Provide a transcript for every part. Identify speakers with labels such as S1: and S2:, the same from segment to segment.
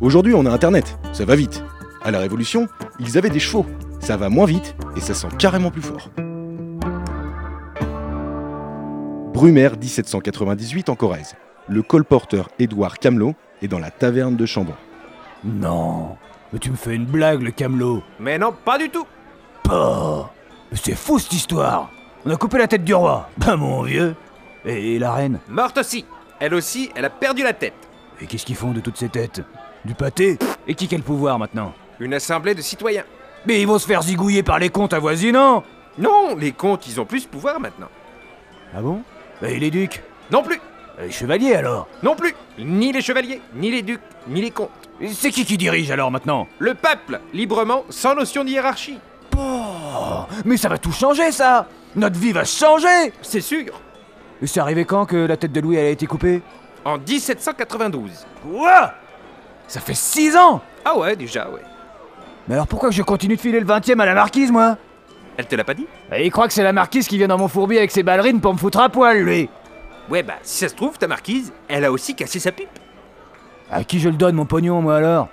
S1: Aujourd'hui, on a Internet, ça va vite. À la Révolution, ils avaient des chevaux, ça va moins vite et ça sent carrément plus fort. Brumaire 1798 en Corrèze. Le colporteur Édouard Camelot est dans la taverne de Chambon.
S2: Non, mais tu me fais une blague, le camelot.
S3: Mais non, pas du tout
S2: Bah, mais c'est fou cette histoire. On a coupé la tête du roi. Ben mon vieux. Et, et la reine.
S3: Morte aussi Elle aussi, elle a perdu la tête.
S2: Et qu'est-ce qu'ils font de toutes ces têtes Du pâté Et qui a le pouvoir maintenant
S3: Une assemblée de citoyens.
S2: Mais ils vont se faire zigouiller par les comptes avoisinants.
S3: Non, les comtes, ils ont plus de pouvoir maintenant.
S2: Ah bon Et les ducs
S3: Non plus
S2: Et les chevaliers Euh, alors
S3: Non plus Ni les chevaliers, ni les ducs, ni les comtes.
S2: Et C'est qui qui dirige alors maintenant
S3: Le peuple, librement, sans notion de hiérarchie.
S2: Oh, mais ça va tout changer ça Notre vie va changer
S3: C'est sûr
S2: Et c'est arrivé quand que la tête de Louis elle a été coupée
S3: En 1792.
S2: Quoi Ça fait 6 ans
S3: Ah ouais, déjà, ouais.
S2: Mais alors pourquoi que je continue de filer le 20ème à la marquise moi
S3: Elle te l'a pas dit
S2: Et il croit que c'est la marquise qui vient dans mon fourbi avec ses ballerines pour me foutre à poil lui
S3: Ouais, bah, si ça se trouve, ta marquise, elle a aussi cassé sa pipe.
S2: À qui je le donne mon pognon moi alors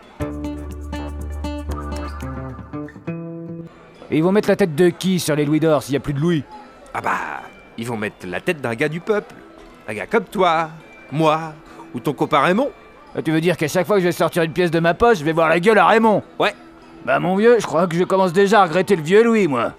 S2: Et ils vont mettre la tête de qui sur les louis d'or s'il y a plus de louis
S3: Ah bah, ils vont mettre la tête d'un gars du peuple. Un gars comme toi, moi, ou ton copain Raymond.
S2: Ah, Tu veux dire qu'à chaque fois que je vais sortir une pièce de ma poche, je vais voir la gueule à Raymond
S3: Ouais,
S2: Bah mon vieux, je crois que je commence déjà à regretter le vieux Louis, moi.